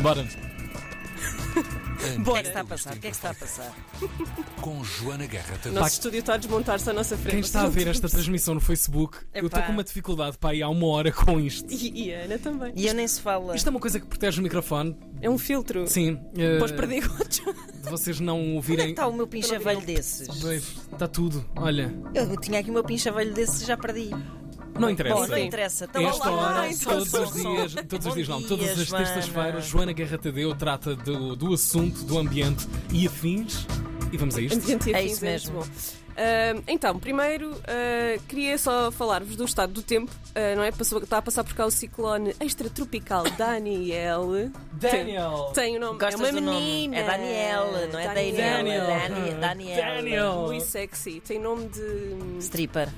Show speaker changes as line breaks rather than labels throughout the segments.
Bora.
O que é que está a passar? O que é que está a passar?
Com Joana Guerra
O
Tavares.
nosso estúdio está a desmontar-se à nossa frente.
Quem está a ver esta transmissão no Facebook, eu estou
Epá.
com uma dificuldade para ir há uma hora com isto.
E, e a Ana também.
E eu nem se fala.
Isto é uma coisa que protege o microfone.
É um filtro.
Sim. eh,
Pôs perdigotes.
De vocês não
Onde é que
ouvirem.
está o meu pinchavelho desses?
Está tudo. Olha.
Eu tinha aqui o meu pinchavelho desses e já perdi.
Não
Bom,
interessa.
não interessa. Então,
Esta
olá,
hora,
então,
todos
sou-
os dias,
sou-
todos
Bom
os dias, não,
dia,
todas as
Joana.
terças-feiras, Joana Guerra Tadeu trata do, do assunto, do ambiente e afins. E vamos a isto.
Ambiente e
É
afins,
isso
muito
mesmo.
bom. Ah, então, primeiro ah, queria só falar-vos do estado do tempo, ah, não é? Passou- está a passar por cá o ciclone extratropical Daniel.
Daniel!
Tem o nome,
Gostas
é uma
do nome?
menina.
É Daniel, não é
Daniel.
Daniel. é
Daniel.
Dani- Daniel.
Daniel!
Muito sexy, tem nome de.
Stripper.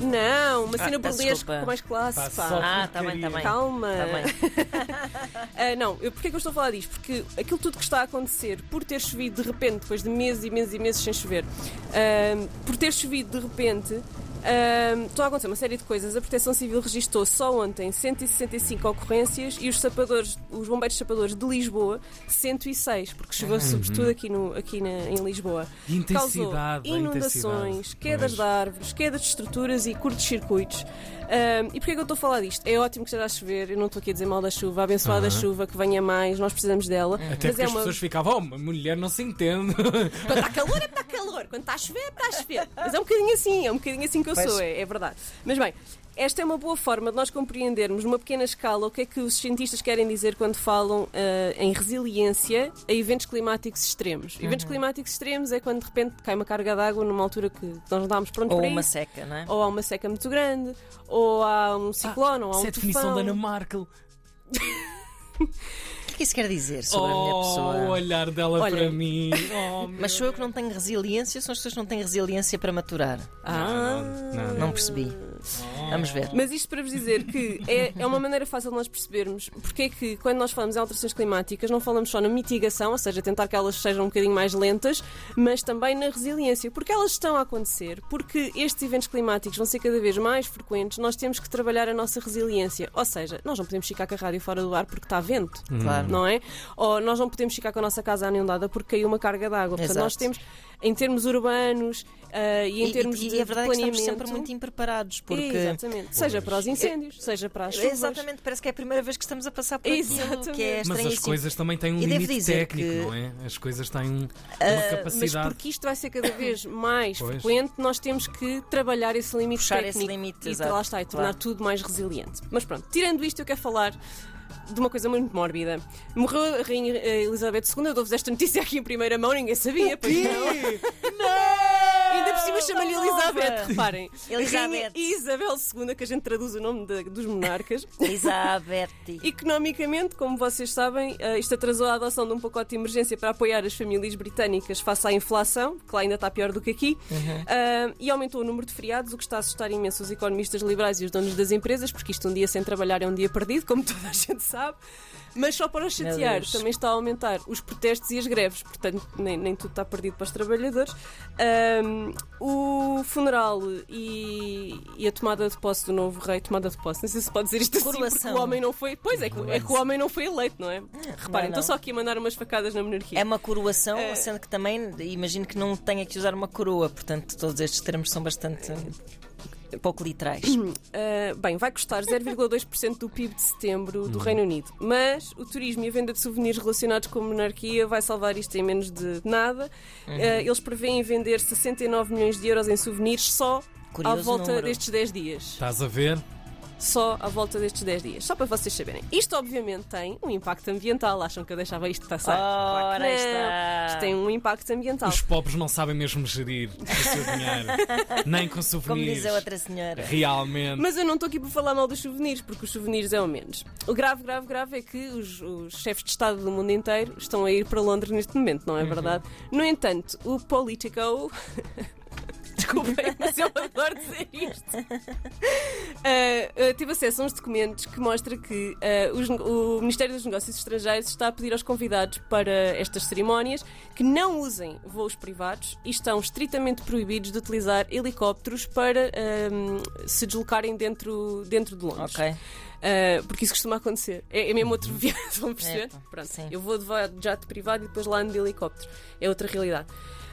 Não, uma
Ah,
cena
peço
burlesca
desculpa.
com mais classe.
Pá,
pá.
só
Ah, tá bem,
porcaria.
tá bem.
Calma.
Tá bem.
Ah, não, eu, porquê que eu estou a falar disto? Porque aquilo tudo que está a acontecer, por ter chovido de repente, depois de meses e meses e meses sem chover, ahm, por ter chovido de repente, ahm, estão a acontecer uma série de coisas. A Proteção Civil registou só ontem 165 ocorrências e os sapadores, os bombeiros sapadores de Lisboa, 106, porque choveu sobretudo aqui, no, aqui na, em Lisboa.
E intensidade,
Causou
a
inundações,
intensidade.
quedas
Mas-
de árvores, quedas de estruturas e curtos-circuitos. Ahm, e porquê que eu estou a falar disto? É ótimo que esteja a chover, eu não estou aqui a dizer mal da chuva, abençoada a
Aham.
chuva, que venha mais, nós precisamos dela.
Até
Mas
porque
é
as
uma.
pessoas ficavam, oh, uma mulher não se entende.
Quando está calor, é está calor. Quando está a chover, está a chover. Mas é um bocadinho assim, é um bocadinho assim que eu
Pois.
sou, é, é verdade. Mas bem. Esta é uma boa forma de nós compreendermos, numa pequena escala, o que é que os cientistas querem dizer quando falam ah, em resiliência a eventos climáticos extremos.
Uhum.
Eventos climáticos extremos é quando de repente cai uma carga d'água numa altura que nós não estávamos prontos
Ou
para
uma
isso
seca, não é?
ou há uma seca muito grande, ou há um ciclone, ou há um
Isso é a definição da
tufão.
Ana Markel.
O que é que isso quer dizer sobre a minha
Oh,
pessoa? é.
o olhar dela
Olha.
para mim. Oh, meu
Mas sou eu que não tenho resiliência, são as pessoas que não têm resiliência para maturar.
Ah.
Não.
Não percebi.
Ah.
Vamos ver.
Mas isto para vos dizer que é, é uma maneira fácil de nós percebermos porque é que quando nós falamos em alterações climáticas não falamos só na mitigação, ou seja, tentar que elas sejam um bocadinho mais lentas, mas também na resiliência, porque elas estão a acontecer, porque estes eventos climáticos vão ser cada vez mais frequentes, nós temos que trabalhar a nossa resiliência, ou seja, nós não podemos ficar com a rádio fora do ar porque está vento,
Claro.
não é? Ou nós não podemos ficar com a nossa casa anudada porque caiu uma carga d'água. Portanto,
Exato.
nós temos, em termos urbanos ah, e em termos
e,
de
e a verdade é que
planeamento,
estamos sempre muito impreparados, porque
Exatamente. Seja para os incêndios, seja para as chuvas.
Exatamente, parece que é a primeira vez que estamos a passar por aquilo,
Exatamente.
que é
Mas as
estranhíssimo.
coisas também têm um
E devo
limite
dizer
técnico,
que-
não é? As coisas têm um- uma
Mas
capacidade.
porque isto vai ser cada vez mais
Pois.
frequente, nós temos que trabalhar esse limite
Puxar esse
técnico
limite,
e
exato,
lá está, e tornar
claro.
tudo mais resiliente. Mas pronto, tirando isto, eu quero falar de uma coisa muito mórbida. Morreu a Rainha eh, Elizabeth II, eu dou-vos esta notícia aqui em primeira mão, ninguém sabia, pois não. Ainda por cima chama-lhe
Tão nova.
Elizabeth, reparem.
Elizabeth.
Rainha Isabel II, que a gente traduz o nome da- dos monarcas.
Elizabeth.
Economicamente, como vocês sabem, eh, isto atrasou a adoção de um pacote de emergência para apoiar as famílias britânicas face à inflação, que lá ainda está pior do que aqui,
Uhum.
Ah, e aumentou o número de feriados, o que está a assustar imenso os economistas liberais e os donos das empresas, porque isto um dia sem trabalhar é um dia perdido, como toda a gente sabe. Mas só para os
Meu
chatear,
Deus.
também está a aumentar os protestos e as greves, portanto, nem, nem tudo está perdido para os trabalhadores. Ahm, o funeral e, e a tomada de posse do novo rei, tomada de posse, não sei se pode dizer isto assim, porque
Coroação.
o homem não foi. Pois é, que, é que o homem não foi eleito, não é? Reparem,
não.
estou só aqui a mandar umas facadas na monarquia.
É uma coroação, sendo que também imagino que não tenha que usar uma coroa, portanto, todos estes termos são bastante eh, pouco literais.
Uh, bem, vai custar 0,2% do PIB de setembro
Uhum.
do Reino Unido. Mas o turismo e a venda de souvenirs relacionados com a monarquia vai salvar isto em menos de nada.
Uhum.
Uh, eles prevêem vender 69 milhões de euros em souvenirs só
Curioso
à volta
número.
destes 10 dias.
Estás a ver?
Só à volta destes 10 dias. Só para vocês saberem. Isto, obviamente, tem um impacto ambiental. Acham que eu deixava isto passar?
Ora,
Não,
aí está.
Isto tem um impacto ambiental.
Os pobres não sabem mesmo gerir o seu dinheiro, nem com
Como
souvenirs.
diz a outra senhora.
Realmente.
Mas eu não estou aqui para falar mal dos souvenirs, porque os souvenirs é o menos. O grave, grave, grave é que os, os chefes de Estado do mundo inteiro estão a ir para Londres neste momento, não é verdade? No entanto, o Politico. Desculpem, mas eu adoro dizer isto. Ah, ah, tive acesso a uns documentos que mostra que ah, os ne- o Ministério dos Negócios Estrangeiros está a pedir aos convidados para estas cerimónias que não usem voos privados e estão estritamente proibidos de utilizar helicópteros para ahm, se deslocarem ah, dentro, dentro de Londres.
Ok.
Ah, Ah, porque isso costuma acontecer. É, é mesmo outro viagem, vão perceber?
Uhum. É, pá,
Pronto,
sim.
eu vou de va- de jato privado e depois lá ando de helicóptero. É outra realidade.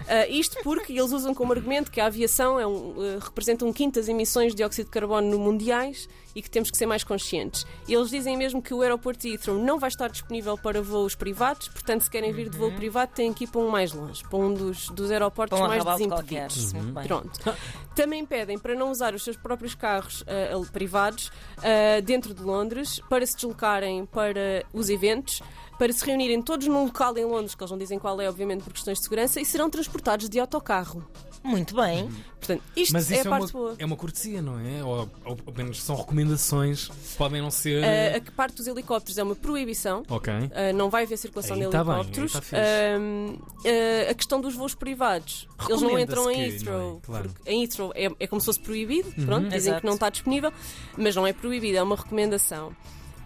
Ah, isto porque eles usam como argumento que a aviação é um, eh, representa um quinto das emissões de dióxido de carbono no mundiais e que temos que ser mais conscientes. E eles dizem mesmo que o aeroporto de Heathrow não vai estar disponível para voos privados, portanto, se querem vir de
Uhum.
voo privado, têm que ir para um mais longe, para um dos, dos aeroportos
Pão a
mais
rabalo
desimpedidos.
qualquer. se Muito bem.
Pronto. Também pedem para não usar os seus próprios carros ah, al- privados ah, dentro de Londres, para se deslocarem para os eventos, para se reunirem todos num local em Londres, que eles não dizem qual é, obviamente, por questões de segurança, e serão transportados de autocarro.
Muito bem.
Uhum.
Portanto, isto
Mas
é
isso
a
é,
parte boa.
uma, é uma cortesia, não é? Ou, ou, ou menos são recomendações, podem não ser.
Ah, a parte dos helicópteros é uma proibição.
Ok.
ah, não vai haver circulação
Aí
de
tá bem, aí
helicópteros.
tá fixe.
Ahm, ah, a questão dos voos privados. Eles não entram em
Recomenda-se que não é,
Heathrow.
claro. Uhum.
porque Em Heathrow é, é como se fosse proibido. Pronto, dizem
Exato.
que não está disponível, mas não é proibido, é uma recomendação.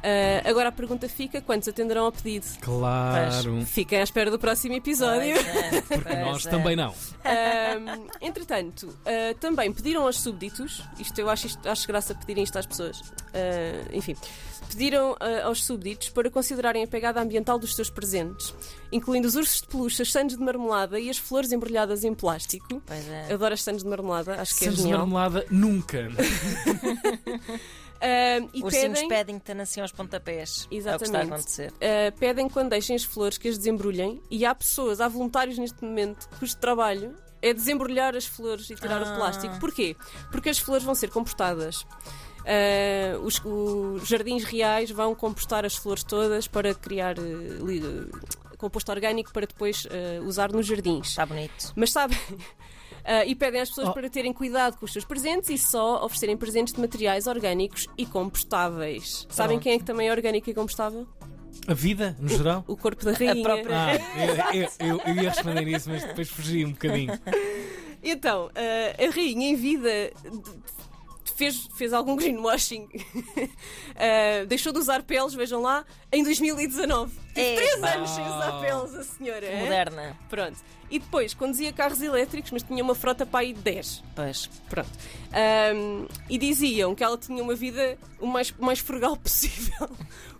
Ah, agora a pergunta fica: quantos atenderão ao pedido?
Claro.
Fiquem à espera do próximo episódio.
Pois é,
Porque
pois
nós
é.
também não.
Ahm, entretanto, ah, também pediram aos súbditos, isto eu acho, isto- acho graça pedirem isto às pessoas, ah, enfim, pediram ah, aos súbditos para considerarem a pegada ambiental dos seus presentes, incluindo os ursos de peluche, as sandes de marmelada e as flores embrulhadas em plástico.
Pois é.
Eu adoro as sandes de marmelada, acho que é
Sandes de
genial.
marmelada nunca.
Ahm, e
Ursinhos
pedem,
pedem que assim aos pontapés. É o que está a
Exatamente.
acontecer.
Uh, pedem quando deixem as flores que as desembrulhem e há pessoas, há voluntários neste momento cujo trabalho é desembrulhar as flores e tirar
Ah.
o plástico. Porquê? Porque as flores vão ser compostadas. Uh, os, os jardins reais vão compostar as flores todas para criar uh, li- uh, composto orgânico para depois uh, usar nos jardins.
Está bonito.
Mas sabem. uh, e pedem às pessoas
Oh.
para terem cuidado com os seus presentes e só oferecerem presentes de materiais orgânicos e compostáveis. Sabem
Pronto.
quem é que também é orgânico e compostável?
A vida, no geral.
O corpo da rainha.
própria-
Ah, eu, eu- eu ia responder isso, mas depois fugi um bocadinho.
Então, eh, a rainha em vida de- fez, fez algum greenwashing. Eh, deixou de usar peles, vejam lá, em 2019.
É,
Teve três anos sem
Ah.
usar peles, a senhora. hein?
Moderna.
Pronto. E depois conduzia carros elétricos, mas tinha uma frota para aí de 10.
Pois.
Pronto. Ahm, e diziam que ela tinha uma vida o mais, o mais frugal possível.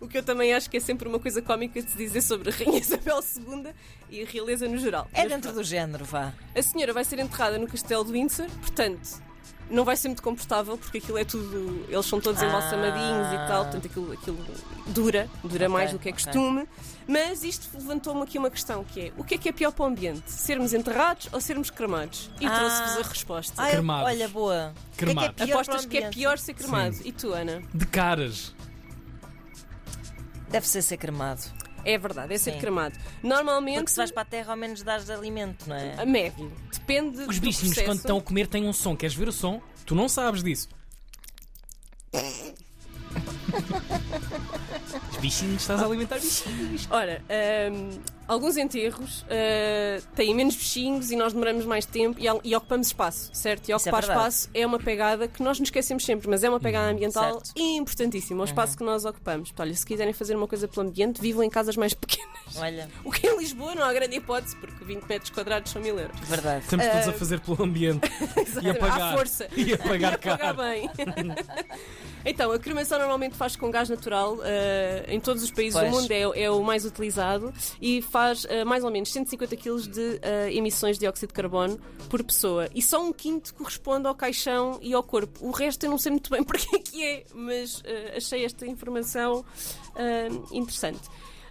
o que eu também acho que é sempre uma coisa cómica de se dizer sobre a Rainha Isabel II e a realeza no geral.
É
Mas
dentro do género, vá.
a senhora vai ser enterrada no castelo de Windsor, portanto, não vai ser muito confortável porque aquilo é tudo. Eles são todos
Ah.
embalsamadinhos e tal, portanto aquilo, aquilo dura, dura
Ok,
mais do que é
ok.
costume. Mas isto levantou-me aqui uma questão que é: o que é que é pior para o ambiente? Sermos enterrados ou sermos cremados? E
Ah.
trouxe-vos a resposta.
Ai,
Cremados.
Ah, é? olha, boa. O que é que é
Cremados.
pior para
Apostas
o
que é
ambiente?
pior ser cremado.
Sim.
E tu, Ana?
De caras.
Deve ser ser cremado.
É verdade, é ser
Sim.
cremado.
Porque
Normalmente.
se vais para a terra, ao menos dás de alimento, não
A
é?
médio. Depende
Os
do
bichinhos,
processo.
quando estão a comer, têm um som. Queres ver o som? Tu não sabes disso. Os bichinhos, estás a alimentar bichinhos.
Ora, hum, alguns enterros hum, têm menos bichinhos e nós demoramos mais tempo e, al- e ocupamos espaço, certo? E
Isso é
ocupar
verdade. Uhum,
espaço é uma pegada que nós nos esquecemos sempre, mas é uma pegada ambiental
certo. Uhum.
importantíssima, o espaço que nós ocupamos. Portanto, olha, se quiserem fazer uma coisa pelo ambiente, vivam em casas mais pequenas.
Olha,
O que em Lisboa não há grande hipótese, porque 20 metros quadrados são mil euros.
verdade.
Estamos
Ah.
todos a fazer pelo ambiente. E a pagar.
À força.
E a pagar
Pagar
caro.
bem. então, a cremação normalmente faz com gás natural eh, em todos os países
Pois.
do mundo, é, é o mais utilizado e faz eh, mais ou menos 150 kg de eh, emissões de dióxido de carbono por pessoa. E só um quinto corresponde ao caixão e ao corpo. O resto eu não sei muito bem para que é que é, mas eh, achei esta informação eh, interessante.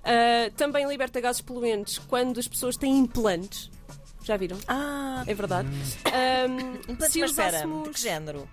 Eh, também liberta gases poluentes quando as pessoas têm implantes. Já viram?
Ah,
É verdade. Ahm,
implantes,
se
mas espera,
usássemos-
de que género?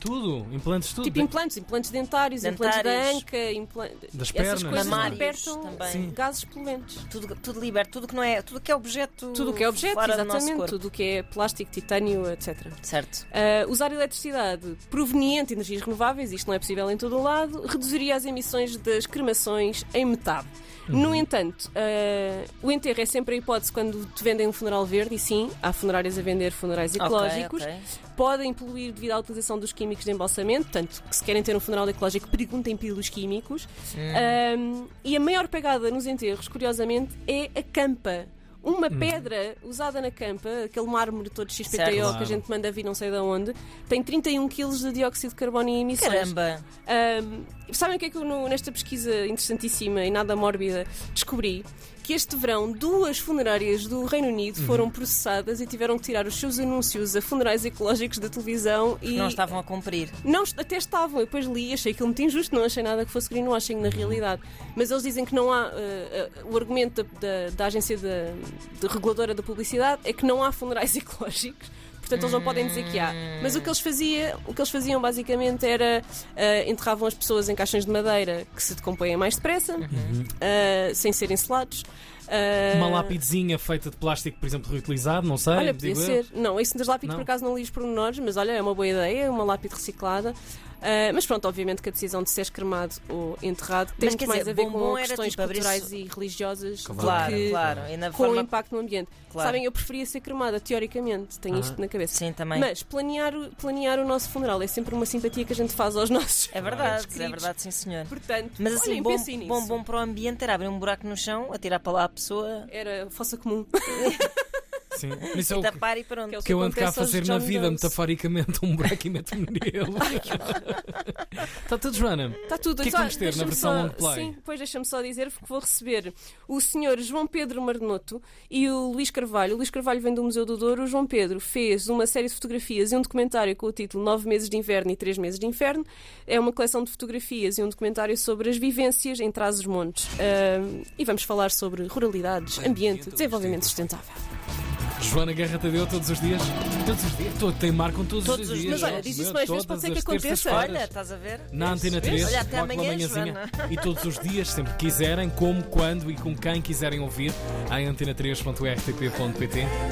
Tudo, implantes tudo.
Tipo implantes, implantes dentários,
Dentários.
implantes da anca, implantes.
Das
essas
pernas.
coisas
Mamários
libertam
também.
Sim.
gases poluentes.
Tudo, tudo liberto, tudo que não é, tudo que é objeto.
Tudo o que é objeto,
fora do nosso
exatamente,
corpo.
tudo o que é plástico, titânio, etc.
Certo.
Ah, usar eletricidade proveniente de energias renováveis, isto não é possível em todo o lado, reduziria as emissões das cremações em metade.
Uhum.
No entanto, ah, o enterro é sempre a hipótese quando te vendem um funeral verde, e sim, há funerárias a vender funerais
Ok,
ecológicos.
ok.
podem poluir devido à utilização dos químicos de embalsamento, portanto, que se querem ter um funeral ecológico, perguntem pelos químicos. Ahm, e a maior pegada nos enterros, curiosamente, é a campa. Uma pedra usada na campa, aquele mármore todo XPTO
Certo.
que a gente um manda vir não sei de onde, tem 31 kg de dióxido de carbono em emissões.
Caramba!
Ahm, Sabem o que é que eu, no- nesta pesquisa interessantíssima e nada mórbida, descobri? Que este verão duas funerárias do Reino Unido foram processadas e tiveram que tirar os seus anúncios a funerais ecológicos da televisão e.
Não estavam a cumprir.
Não, est- até estavam, eu depois li, achei aquilo muito injusto, não achei nada que fosse greenwashing na realidade. Mas eles dizem que não há. eh, eh, o argumento da, da- da agência da, de reguladora da publicidade é que não há funerais ecológicos. Portanto, eles não podem dizer que há. Mas o que eles, fazia, o que eles faziam basicamente era eh, enterravam as pessoas em caixões de madeira que se decompõem mais depressa, eh, sem serem selados. eh,
Uhum. Uma lapidezinha feita de plástico, por exemplo, reutilizado, não sei.
Olha, podia
digo eu.
ser. Não, isso das lápides
Não.
por acaso não li os pormenores, mas olha, é uma boa ideia, uma lápide reciclada. Ah, mas pronto, obviamente que a decisão de ser cremado ou enterrado tem
Mas,
muito
quer
mais
dizer,
a ver
bombom
com
era
questões
tipo abrir-se-
culturais e religiosas do
Claro,
que
claro. E na
com o
forma.
impacto no ambiente.
Claro.
Sabem, eu preferia ser cremada, teoricamente, tenho
Ah.
isto na cabeça.
Sim, também.
Mas planear, o- planear o nosso funeral é sempre uma simpatia que a gente faz aos nossos.
é
nossos
verdade, é
queridos.
verdade, sim senhor.
Portanto,
Mas assim,
olhem,
bom,
pensem nisso.
bom, bom para o ambiente era abrir um buraco no chão, atirar para lá a pessoa,
Era fossa comum.
Sim. Mas Isso é o que,
tapar e pronto.
Que é o
que eu ando cá a
acontece aos
fazer na
John
vida,
Does.
metaforicamente, um buraco e meto-me nele. Está tudo, Joana?
Está Tá tudo.
O que é que
Só-
vamos ter na
deixa-me
versão
só,
long play?
Sim, depois deixa-me só dizer que vou receber o senhor João Pedro Marnoto e o Luís Carvalho. O Luís Carvalho vem do Museu do Douro. O João Pedro fez uma série de fotografias e um documentário com o título Nove Meses de Inverno e Três Meses de Inferno. É uma coleção de fotografias e um documentário sobre as vivências em Trás-os-Montes. Ahm, e vamos falar sobre ruralidades, ambiente, desenvolvimento sustentável.
Joana Guerra Tadeu todos os dias? Todos os dias? Todo, tem marcam todos,
Todos
os
os
dias.
dias. Mas olha,
Meu,
diz isso mais vezes, pode
todas
ser que
as
aconteça.
terças-feiras.
Olha, estás a ver?
Na Antena 3,
Olha, até
logo pela
amanhã,
manhãzinha.
Joana.
E todos os dias, sempre que quiserem, como, quando e com quem quiserem ouvir, em antena3.rtp.pt.